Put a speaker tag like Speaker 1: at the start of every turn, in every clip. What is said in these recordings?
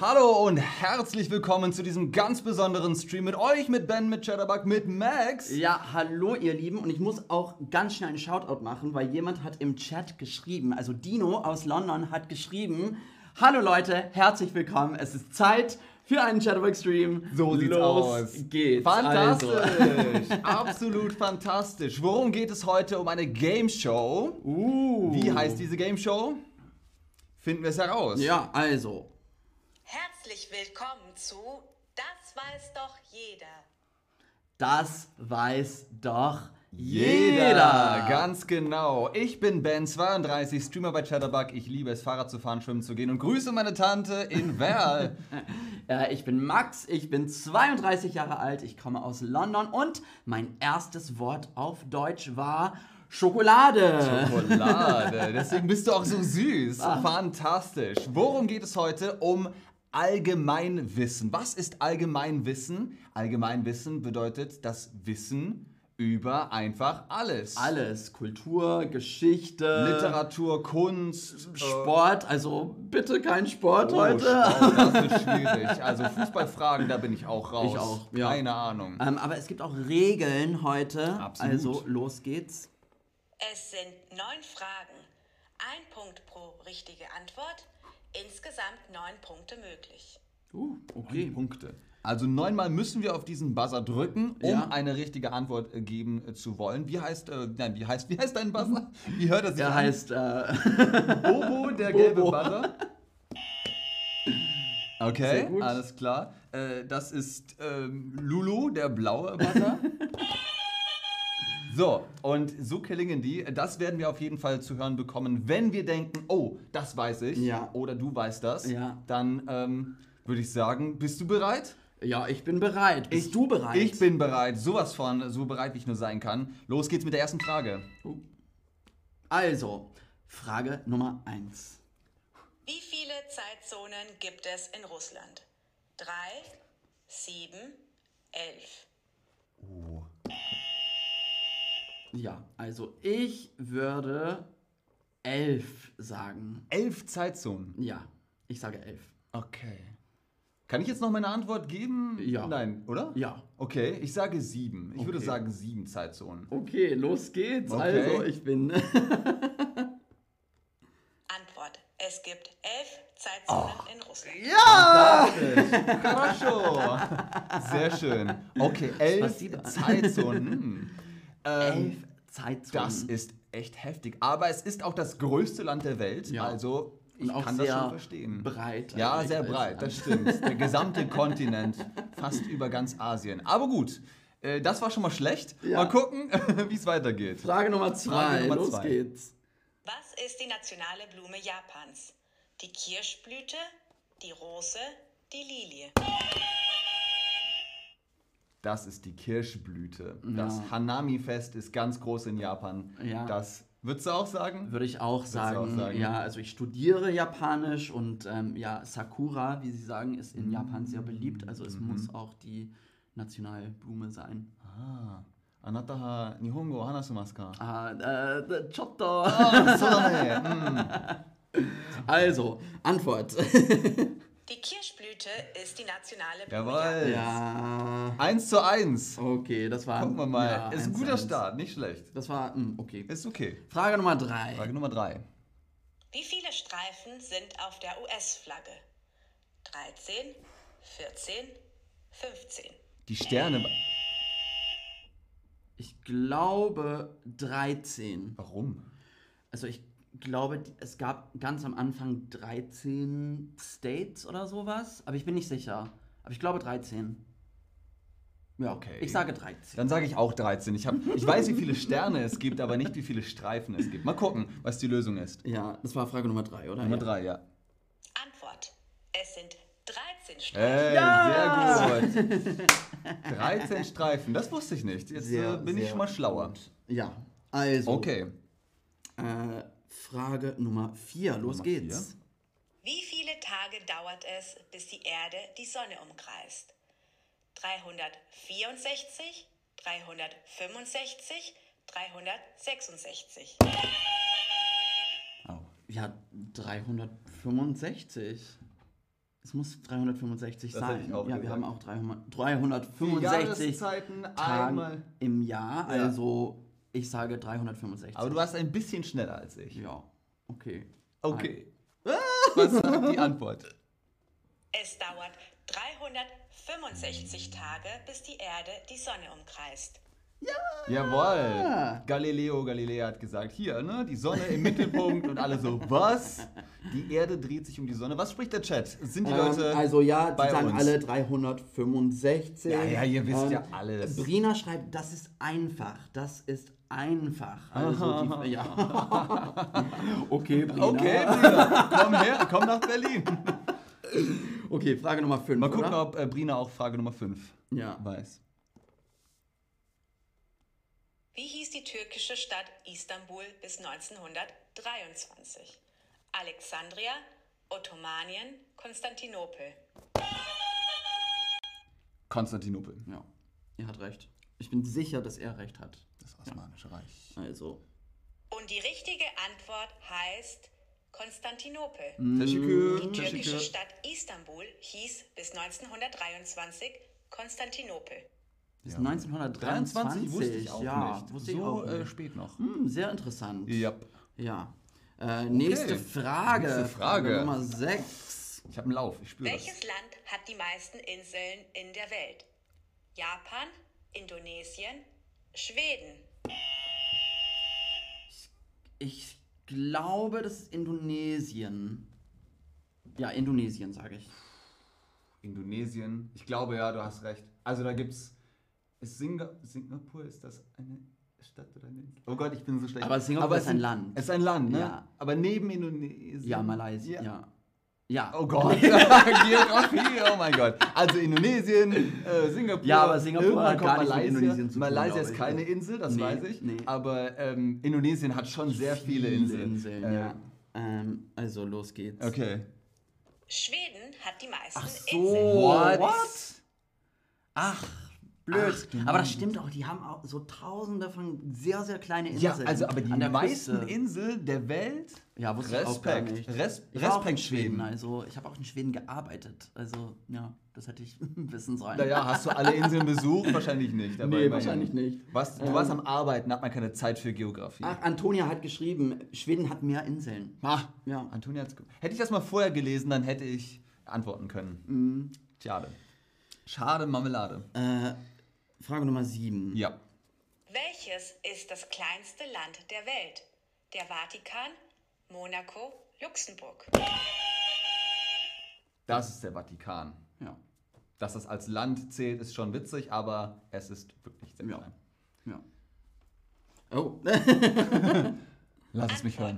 Speaker 1: Hallo und herzlich willkommen zu diesem ganz besonderen Stream mit euch, mit Ben, mit Chatterbug, mit Max.
Speaker 2: Ja, hallo ihr Lieben und ich muss auch ganz schnell einen Shoutout machen, weil jemand hat im Chat geschrieben, also Dino aus London hat geschrieben, hallo Leute, herzlich willkommen, es ist Zeit für einen Chatterbug-Stream.
Speaker 1: So sieht's
Speaker 2: Los
Speaker 1: aus.
Speaker 2: geht's.
Speaker 1: Fantastisch,
Speaker 2: Also.
Speaker 1: absolut fantastisch. Worum geht es heute? Um eine Game Show.
Speaker 2: Uh.
Speaker 1: Wie heißt diese Game Show? Finden wir es heraus.
Speaker 2: Ja, also,
Speaker 3: Herzlich willkommen zu Das weiß doch jeder.
Speaker 2: das weiß doch jeder.
Speaker 1: Jeder, ganz genau. Ich bin Ben, 32, Streamer bei Chatterbug. Ich liebe es, Fahrrad zu fahren, schwimmen zu gehen und grüße meine Tante in Werl.
Speaker 2: Äh, ich bin Max, ich bin 32 Jahre alt, ich komme aus London und mein erstes Wort auf Deutsch war Schokolade.
Speaker 1: Schokolade. Deswegen bist du auch so süß.
Speaker 2: Ah.
Speaker 1: Fantastisch. Worum geht es heute? Um Allgemeinwissen. Was ist Allgemeinwissen? Allgemeinwissen bedeutet das Wissen über einfach alles.
Speaker 2: Alles, Kultur, Geschichte,
Speaker 1: Literatur, Kunst,
Speaker 2: Äh, Sport, also bitte kein Sport
Speaker 1: Oh,
Speaker 2: heute.
Speaker 1: Sport, das ist schwierig. Also Fußballfragen, da bin ich auch raus.
Speaker 2: Ich auch, ja.
Speaker 1: Keine Ahnung.
Speaker 2: Ähm, aber es gibt auch Regeln heute.
Speaker 1: Absolut.
Speaker 2: Also los geht's.
Speaker 3: Es sind neun Fragen. Ein Punkt pro richtige Antwort. Insgesamt neun Punkte möglich.
Speaker 2: Uh,
Speaker 1: Neun Punkte. Also neunmal müssen wir auf diesen Buzzer drücken, um
Speaker 2: Ja.
Speaker 1: eine richtige Antwort äh, geben äh, zu wollen. Wie heißt, äh, nein, wie heißt, wie heißt dein Buzzer? Wie hört das sich
Speaker 2: Der
Speaker 1: an?
Speaker 2: heißt, äh,
Speaker 1: Bobo, der gelbe
Speaker 2: Bobo.
Speaker 1: Buzzer.
Speaker 2: Sehr
Speaker 1: Okay,
Speaker 2: gut.
Speaker 1: alles klar. Äh, das ist ähm, Lulu, der blaue Buzzer. So, und so klingen die. Das werden wir auf jeden Fall zu hören bekommen, wenn wir denken, oh, das weiß ich.
Speaker 2: Ja.
Speaker 1: Oder du weißt das.
Speaker 2: Ja.
Speaker 1: Dann ähm, würde ich sagen, bist du bereit?
Speaker 2: ja, ich bin bereit. Bist
Speaker 1: Ich-
Speaker 2: du bereit?
Speaker 1: Ich bin bereit. Sowas von, so bereit, wie ich nur sein kann. Los geht's mit der ersten Frage.
Speaker 2: Also, Frage Nummer 1.
Speaker 3: Wie viele Zeitzonen gibt es in Russland? Drei, sieben, elf.
Speaker 2: Ja, also ich würde elf sagen.
Speaker 1: Elf Zeitzonen.
Speaker 2: Ja, ich sage elf.
Speaker 1: Okay. Kann ich jetzt noch meine Antwort geben?
Speaker 2: Ja.
Speaker 1: Nein, oder?
Speaker 2: Ja.
Speaker 1: Okay, ich sage sieben. Ich würde
Speaker 2: Okay.
Speaker 1: sagen sieben Zeitzonen.
Speaker 2: Okay, los geht's.
Speaker 1: Okay.
Speaker 2: Also, ich bin.
Speaker 3: Antwort. Es gibt elf Zeitzonen in Russland.
Speaker 1: Ja! Хорошо. Sehr schön. Okay, elf
Speaker 2: Спасибо.
Speaker 1: Zeitzonen. Hm. Ähm,
Speaker 2: elf Zeitzonen.
Speaker 1: Das ist echt heftig. Aber es ist auch das größte Land der Welt.
Speaker 2: Ja.
Speaker 1: Also ich
Speaker 2: Und auch
Speaker 1: kann das
Speaker 2: sehr
Speaker 1: schon verstehen.
Speaker 2: breit
Speaker 1: Ja,
Speaker 2: eigentlich
Speaker 1: sehr
Speaker 2: als
Speaker 1: breit,
Speaker 2: Land.
Speaker 1: das stimmt. Der gesamte Kontinent, fast über ganz Asien. Aber gut, äh, das war schon mal schlecht.
Speaker 2: Ja.
Speaker 1: Mal gucken, wie es weitergeht.
Speaker 2: Frage Nummer zwei.
Speaker 1: Nummer
Speaker 2: los
Speaker 1: zwei.
Speaker 2: geht's.
Speaker 3: Was ist die nationale Blume Japans? Die Kirschblüte, die Rose, die Lilie.
Speaker 1: Das ist die Kirschblüte. Das Hanami-Fest ist ganz groß in Japan.
Speaker 2: Ja.
Speaker 1: Das würdest du auch sagen?
Speaker 2: Würde ich auch
Speaker 1: du auch
Speaker 2: sagen.
Speaker 1: sagen?
Speaker 2: Ja, also ich studiere Japanisch und ähm, ja, Sakura, wie Sie sagen, ist in Japan sehr beliebt. Also es muss auch die Nationalblume sein.
Speaker 1: Ah, anata ha Nihongo o hanashimasu ka?
Speaker 2: Ah, äh, Chotto.
Speaker 1: Ah, so, nee, mm.
Speaker 2: Also, Antwort.
Speaker 3: Die Kirschblüte ist die nationale Blume.
Speaker 1: Jawohl.
Speaker 3: Japans.
Speaker 2: ja.
Speaker 1: Eins zu eins.
Speaker 2: Okay, das war.
Speaker 1: Gucken wir mal.
Speaker 2: ja,
Speaker 1: ist ein
Speaker 2: eins,
Speaker 1: guter
Speaker 2: eins.
Speaker 1: Start, nicht schlecht.
Speaker 2: Das war, mm, okay.
Speaker 1: Ist okay.
Speaker 2: Frage Nummer drei.
Speaker 1: Frage Nummer drei.
Speaker 3: Wie viele Streifen sind auf der US-Flagge? 13, 14, 15.
Speaker 1: Die Sterne.
Speaker 2: Ich glaube 13.
Speaker 1: Warum?
Speaker 2: Also ich glaube, die- es gab ganz am Anfang 13 States oder sowas, aber ich bin nicht sicher. Aber ich glaube 13. Ja,
Speaker 1: Okay.
Speaker 2: okay. Ich sage 13.
Speaker 1: Dann sage ich auch 13. Ich, hab, ich weiß, wie viele Sterne es gibt, aber nicht, wie viele Streifen es gibt. Mal gucken, was die Lösung ist.
Speaker 2: Ja, das war Frage Nummer 3, oder?
Speaker 1: Nummer
Speaker 2: Ja.
Speaker 1: 3, ja.
Speaker 3: Antwort. Es sind 13 Streifen.
Speaker 1: Ey, sehr gut. 13 Streifen, das wusste ich nicht. Jetzt
Speaker 2: Sehr,
Speaker 1: äh, bin ich
Speaker 2: sehr
Speaker 1: schon mal schlauer.
Speaker 2: gut. Ja, also.
Speaker 1: Okay.
Speaker 2: Äh, Frage Nummer 4. Los
Speaker 1: Nummer
Speaker 2: geht's.
Speaker 3: Wie viele Tage dauert es, bis die Erde die Sonne umkreist? 364, 365, 366.
Speaker 1: Au.
Speaker 2: Ja, 365. Es muss 365
Speaker 1: Das hätte
Speaker 2: sein.
Speaker 1: ich auch
Speaker 2: ja, wir
Speaker 1: gesagt.
Speaker 2: haben auch 300, 365
Speaker 1: Jahreszeiten
Speaker 2: Tage
Speaker 1: einmal.
Speaker 2: im Jahr.
Speaker 1: Ja.
Speaker 2: Also ich sage 365.
Speaker 1: Aber du warst ein bisschen schneller als ich.
Speaker 2: ja, Ah! okay.
Speaker 1: Okay. Was sagt die Antwort?
Speaker 3: Es dauert 365 Tage, bis die Erde die Sonne umkreist.
Speaker 2: Ah.
Speaker 1: Jawohl. Galileo Galilei hat gesagt, hier, ne, die Sonne im Mittelpunkt und alle so, was? Die Erde dreht sich um die Sonne. Was spricht der Chat? Sind die
Speaker 2: Ähm,
Speaker 1: Leute
Speaker 2: also ja, die
Speaker 1: bei
Speaker 2: sagen
Speaker 1: uns?
Speaker 2: alle 365.
Speaker 1: Ja, ja, ihr wisst ja alles.
Speaker 2: Brina schreibt, das ist einfach. Das ist einfach. Also die, ja. okay, Brina.
Speaker 1: Okay, Brina, komm her, komm nach Berlin.
Speaker 2: Okay, Frage Nummer 5.
Speaker 1: Mal gucken,
Speaker 2: oder?
Speaker 1: ob äh, Brina auch Frage Nummer 5
Speaker 2: Ja.
Speaker 1: weiß.
Speaker 3: Wie hieß die türkische Stadt Istanbul bis 1923? Alexandria, Ottomanien, Konstantinopel.
Speaker 1: Konstantinopel.
Speaker 2: Ja, ihr hat recht. Ich bin sicher, dass er recht hat.
Speaker 1: Das Osmanische Reich.
Speaker 2: Also,
Speaker 3: Und die richtige Antwort heißt Konstantinopel.
Speaker 2: Hm, Mm,
Speaker 1: Teşekkür.
Speaker 3: Die türkische
Speaker 1: Teşekkür.
Speaker 3: Stadt Istanbul hieß bis 1923 Konstantinopel.
Speaker 2: bis
Speaker 1: Ja.
Speaker 2: 1923.
Speaker 1: 23 wusste ich auch
Speaker 2: ja,
Speaker 1: nicht.
Speaker 2: Wusste ich
Speaker 1: so
Speaker 2: auch
Speaker 1: Äh,
Speaker 2: nicht.
Speaker 1: spät noch.
Speaker 2: Hm, sehr interessant.
Speaker 1: Ja.
Speaker 2: Ja. Äh, nächste Frage.
Speaker 1: Nächste Frage.
Speaker 2: Nummer 6.
Speaker 1: Ich habe einen Lauf, ich spüre das.
Speaker 3: Welches Land hat die meisten Inseln in der Welt? Japan, Indonesien, Schweden.
Speaker 2: Ich glaube, das ist Indonesien. Ja, Indonesien, sage ich.
Speaker 1: Indonesien. Ich glaube ja, du hast recht. Also da gibt's. Ist Singa Singapur ist das eine Stadt oder eine Insel? Oh Gott, ich bin so schlecht.
Speaker 2: Aber Singapur ist
Speaker 1: es
Speaker 2: ein Land.
Speaker 1: Es ist ein Land, ne?
Speaker 2: Ja.
Speaker 1: Aber neben Indonesien.
Speaker 2: Ja, Malaysia.
Speaker 1: Ja.
Speaker 2: Ja. Ja.
Speaker 1: Oh Gott, Geografie, oh mein Gott. Also Indonesien, äh, Singapur.
Speaker 2: Ja, aber Singapur
Speaker 1: irgendwann
Speaker 2: hat
Speaker 1: kommt
Speaker 2: gar nichts mit
Speaker 1: Malaysia.
Speaker 2: Indonesien zu tun,
Speaker 1: Malaysia
Speaker 2: glaube
Speaker 1: ist
Speaker 2: ich.
Speaker 1: keine Insel, das
Speaker 2: Nee,
Speaker 1: weiß ich.
Speaker 2: nee.
Speaker 1: Aber ähm, Indonesien hat schon sehr viele, Inseln. Äh,
Speaker 2: ja. Ähm, also, los geht's.
Speaker 1: Okay.
Speaker 3: Schweden hat die meisten
Speaker 2: Ach so.
Speaker 3: Inseln.
Speaker 2: What? Ach, blöd.
Speaker 1: Ach, du
Speaker 2: aber
Speaker 1: meine
Speaker 2: das stimmt auch, die haben auch so tausende von sehr, sehr kleine
Speaker 1: Ja,
Speaker 2: Inseln.
Speaker 1: also aber die
Speaker 2: an der
Speaker 1: meisten
Speaker 2: Küste.
Speaker 1: Inseln der Welt.
Speaker 2: Ja, wusste ich auch gar
Speaker 1: Respekt.
Speaker 2: nicht.
Speaker 1: Res-
Speaker 2: ich war auch in
Speaker 1: Respekt,
Speaker 2: Schweden.
Speaker 1: Schweden.
Speaker 2: Also, ich habe auch in Schweden gearbeitet. Also, ja, das hätte ich wissen sollen.
Speaker 1: Naja, hast du alle Inseln besucht? Wahrscheinlich nicht. Aber
Speaker 2: Nee,
Speaker 1: immerhin.
Speaker 2: wahrscheinlich nicht.
Speaker 1: Was, du
Speaker 2: Ähm. Ah,
Speaker 1: warst am Arbeiten, hat man keine Zeit für Geografie.
Speaker 2: Ach, Antonia hat geschrieben, Schweden hat mehr Inseln.
Speaker 1: Ah,
Speaker 2: Ja.
Speaker 1: Antonia hat's ge- Hätte ich das mal vorher gelesen, dann hätte ich antworten können.
Speaker 2: Mhm.
Speaker 1: Schade. Schade Marmelade.
Speaker 2: Äh. Frage Nummer 7.
Speaker 1: Ja.
Speaker 3: Welches ist das kleinste Land der Welt? Der Vatikan, Monaco, Luxemburg.
Speaker 1: Das ist der Vatikan.
Speaker 2: Ja.
Speaker 1: Dass das als Land zählt, ist schon witzig, aber es ist wirklich sehr
Speaker 2: Ja.
Speaker 1: klein.
Speaker 2: ja. Oh.
Speaker 1: Lass es mich hören.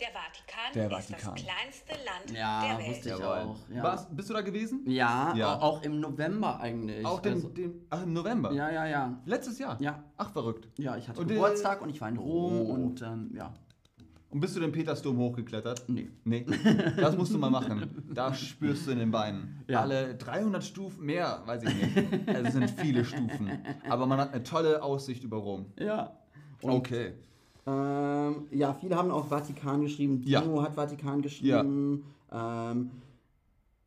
Speaker 3: Der Vatikan
Speaker 1: Der
Speaker 3: ist
Speaker 1: Vatikan.
Speaker 3: das kleinste Land
Speaker 2: Ja,
Speaker 3: der Welt.
Speaker 2: wusste Ich auch, ja.
Speaker 1: Warst- bist du da gewesen?
Speaker 2: ja,
Speaker 1: Ja.
Speaker 2: au- auch im November eigentlich.
Speaker 1: Auch den,
Speaker 2: Also-
Speaker 1: den, ach, im November?
Speaker 2: ja, ja, ja.
Speaker 1: Letztes Jahr?
Speaker 2: Ja.
Speaker 1: Ach, verrückt.
Speaker 2: Ja, ich hatte
Speaker 1: Und, äh,
Speaker 2: Geburtstag und ich war in Rom
Speaker 1: Oh.
Speaker 2: und ähm, ja.
Speaker 1: Und bist du den Petersdom hochgeklettert?
Speaker 2: Nee.
Speaker 1: Nee, das musst du mal machen. Da spürst du in den Beinen.
Speaker 2: Ja.
Speaker 1: Alle 300 Stufen mehr, weiß ich nicht. Also es sind viele Stufen. Aber man hat eine tolle Aussicht über Rom.
Speaker 2: Ja.
Speaker 1: Okay.
Speaker 2: Ähm, ja, viele haben auch Vatikan geschrieben.
Speaker 1: Ja.
Speaker 2: Dino hat Vatikan geschrieben. Ähm,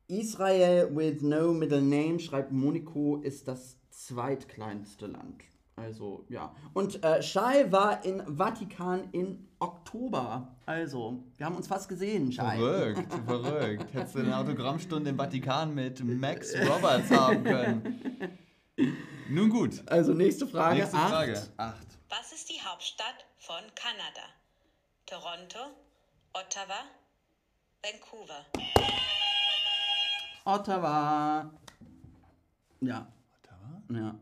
Speaker 2: Israel with no middle name schreibt Monaco ist das zweitkleinste Land. Also, ja. Und äh, Shai war in Vatikan in Oktober. Also, wir haben uns fast gesehen, Shai.
Speaker 1: Verrückt, verrückt. Hättest du eine Autogrammstunde im Vatikan mit Max Roberts haben können. Nun gut.
Speaker 2: Also, nächste Frage.
Speaker 1: Nächste
Speaker 2: acht.
Speaker 1: Frage. Acht.
Speaker 3: Was ist die Hauptstadt von Kanada? Toronto, Ottawa, Vancouver.
Speaker 2: Ottawa. Ja. Ottawa? Ja.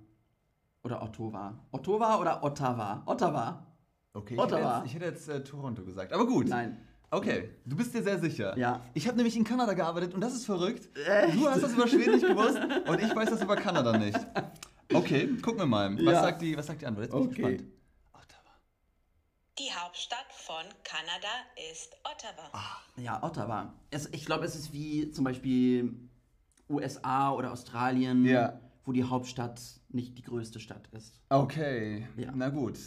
Speaker 2: Oder Ottawa. Ottawa oder Ottawa? Ottawa.
Speaker 1: Okay, ich hätte
Speaker 2: Ottawa.
Speaker 1: jetzt, ich hätte jetzt äh, Toronto gesagt. Aber gut.
Speaker 2: Nein.
Speaker 1: Okay, du bist dir sehr sicher.
Speaker 2: Ja.
Speaker 1: Ich habe nämlich in Kanada gearbeitet und das ist verrückt. Du hast das über Schweden nicht gewusst und ich weiß das über Kanada nicht. Okay, gucken wir mal. Was,
Speaker 2: Ja.
Speaker 1: sagt, die, was sagt die Antwort? Jetzt bin ich
Speaker 2: Okay.
Speaker 1: gespannt. Ottawa.
Speaker 3: Die Hauptstadt von Kanada ist Ottawa.
Speaker 1: Ah.
Speaker 2: Ja, Ottawa. Es, ich glaube, es ist wie zum Beispiel USA oder Australien,
Speaker 1: Ja.
Speaker 2: wo die Hauptstadt nicht die größte Stadt ist.
Speaker 1: Okay,
Speaker 2: Ja.
Speaker 1: na gut.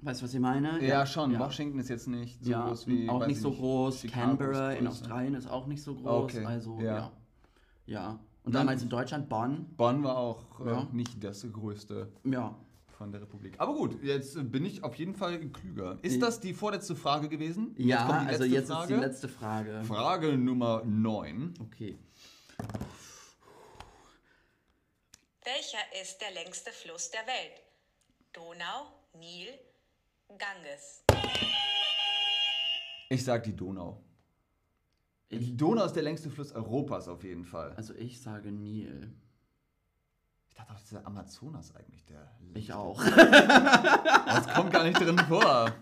Speaker 2: Weißt du, was ich meine?
Speaker 1: Ja, schon. Washington ist jetzt nicht so
Speaker 2: ja.
Speaker 1: groß wie.
Speaker 2: Auch
Speaker 1: weiß
Speaker 2: nicht
Speaker 1: ich
Speaker 2: so groß.
Speaker 1: Chicago ist
Speaker 2: Canberra in
Speaker 1: größer.
Speaker 2: Australien ist auch nicht so groß.
Speaker 1: Okay,
Speaker 2: Also,
Speaker 1: ja.
Speaker 2: ja. ja. Ja. Und damals in Deutschland, Bonn.
Speaker 1: Bonn war auch äh,
Speaker 2: Ja.
Speaker 1: nicht das größte
Speaker 2: Ja.
Speaker 1: von der Republik. Aber gut, jetzt äh, bin ich auf jeden Fall klüger. Ist
Speaker 2: Ich-
Speaker 1: das die vorletzte Frage gewesen?
Speaker 2: Ja,
Speaker 1: kommt die
Speaker 2: also
Speaker 1: letzte
Speaker 2: jetzt
Speaker 1: Frage.
Speaker 2: ist die letzte Frage.
Speaker 1: Frage Nummer 9.
Speaker 2: Okay.
Speaker 3: Welcher ist der längste Fluss der Welt? Donau, Nil, Ganges.
Speaker 1: Ich sag die Donau.
Speaker 2: Ich,
Speaker 1: Die Donau ist der längste Fluss Europas auf jeden Fall.
Speaker 2: also ich sage Nil.
Speaker 1: Ich dachte auch, dieser Amazonas eigentlich der.
Speaker 2: Ich auch.
Speaker 1: Das kommt gar nicht drin vor.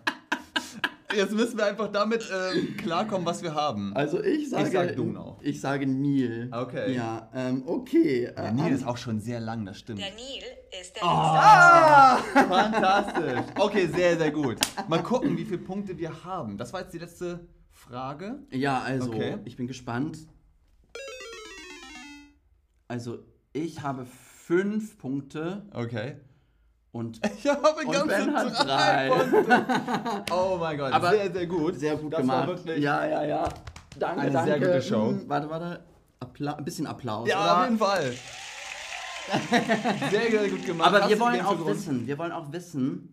Speaker 1: Jetzt müssen wir einfach damit ähm, klarkommen, was wir haben.
Speaker 2: Also ich sage.
Speaker 1: sag Donau.
Speaker 2: Ich sage Nil.
Speaker 1: Okay.
Speaker 2: Ja, ähm, okay.
Speaker 1: Der
Speaker 2: äh,
Speaker 1: Nil
Speaker 2: ähm,
Speaker 1: ist auch schon sehr lang, das stimmt.
Speaker 3: Der Nil ist der
Speaker 1: Ah, fantastisch. Okay, sehr, sehr gut. Mal gucken, wie viele Punkte wir haben. Das war jetzt die letzte Frage.
Speaker 2: Ja, also
Speaker 1: Okay.
Speaker 2: ich bin gespannt. Also ich habe fünf Punkte
Speaker 1: Okay.
Speaker 2: und
Speaker 1: Ich habe
Speaker 2: Und
Speaker 1: ganze
Speaker 2: Ben hat
Speaker 1: drei
Speaker 2: drei.
Speaker 1: Punkte. Oh mein Gott,
Speaker 2: Aber
Speaker 1: sehr, sehr gut.
Speaker 2: sehr gut
Speaker 1: das
Speaker 2: gemacht.
Speaker 1: War wirklich
Speaker 2: ja, ja, ja. Danke,
Speaker 1: Eine sehr
Speaker 2: danke.
Speaker 1: gute Show.
Speaker 2: Hm, Warte, warte. Appla ein bisschen Applaus.
Speaker 1: Ja,
Speaker 2: oder?
Speaker 1: auf jeden Fall. Sehr, sehr gut gemacht.
Speaker 2: Aber
Speaker 1: Hast
Speaker 2: wir
Speaker 1: du
Speaker 2: wollen
Speaker 1: den
Speaker 2: auch
Speaker 1: Grund?
Speaker 2: wissen, wir wollen auch wissen,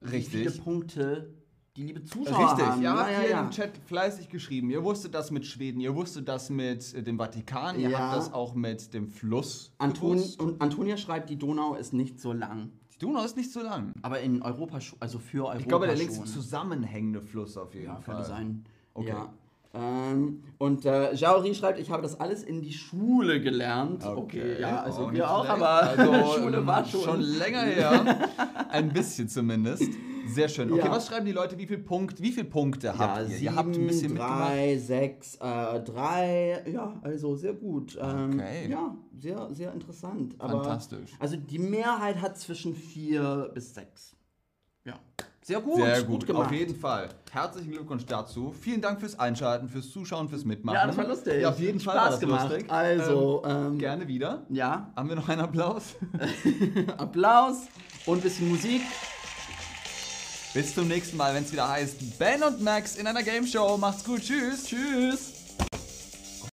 Speaker 2: wie viele
Speaker 1: Richtig.
Speaker 2: Punkte die liebe Zuschauer
Speaker 1: Richtig,
Speaker 2: haben.
Speaker 1: ihr habt
Speaker 2: ja,
Speaker 1: hier
Speaker 2: ja.
Speaker 1: im Chat fleißig geschrieben. Ihr wusstet das mit Schweden, ihr wusstet das mit äh, dem Vatikan, ihr
Speaker 2: Ja.
Speaker 1: habt das auch mit dem Fluss.
Speaker 2: Anton
Speaker 1: gewusst.
Speaker 2: und Antonia schreibt, die Donau ist nicht so lang.
Speaker 1: Die Donau ist nicht so lang.
Speaker 2: Aber in Europa, scho- also für Europa
Speaker 1: Ich glaube, der
Speaker 2: schon.
Speaker 1: längst zusammenhängende Fluss auf jeden
Speaker 2: Ja,
Speaker 1: Fall.
Speaker 2: könnte sein.
Speaker 1: Okay.
Speaker 2: Ja. Ähm, und äh, Jauri schreibt, ich habe das alles in die Schule gelernt. Okay, ja, also
Speaker 1: nicht
Speaker 2: wir auch,
Speaker 1: schlecht.
Speaker 2: aber
Speaker 1: Also,
Speaker 2: Schule
Speaker 1: ähm,
Speaker 2: war schon.
Speaker 1: schon länger her. Ein bisschen zumindest. Sehr schön. Okay,
Speaker 2: Ja.
Speaker 1: was schreiben die Leute? Wie viel Punkt, wie viel Punkte habt ihr?
Speaker 2: sieben,
Speaker 1: ihr habt ein bisschen mitgemacht.
Speaker 2: drei, sechs, äh, drei, ja, also sehr gut. Ähm,
Speaker 1: Okay.
Speaker 2: Ja, sehr, sehr interessant. Aber,
Speaker 1: Fantastisch.
Speaker 2: Also die Mehrheit hat zwischen vier bis sechs. Ja, sehr gut,
Speaker 1: Sehr gut,
Speaker 2: gut gemacht.
Speaker 1: auf jeden Fall. Herzlichen Glückwunsch dazu. Vielen Dank fürs Einschalten, fürs Zuschauen, fürs Mitmachen.
Speaker 2: Ja, das war lustig.
Speaker 1: Ja, auf jeden Fall
Speaker 2: Spaß
Speaker 1: war das
Speaker 2: gemacht.
Speaker 1: lustig.
Speaker 2: Also, ähm,
Speaker 1: gerne wieder.
Speaker 2: ja,
Speaker 1: Haben wir noch einen Applaus?
Speaker 2: Applaus und ein bisschen Musik.
Speaker 1: Bis zum nächsten Mal, wenn es wieder heißt Ben und Max in einer Game Show. Macht's gut, tschüss, tschüss.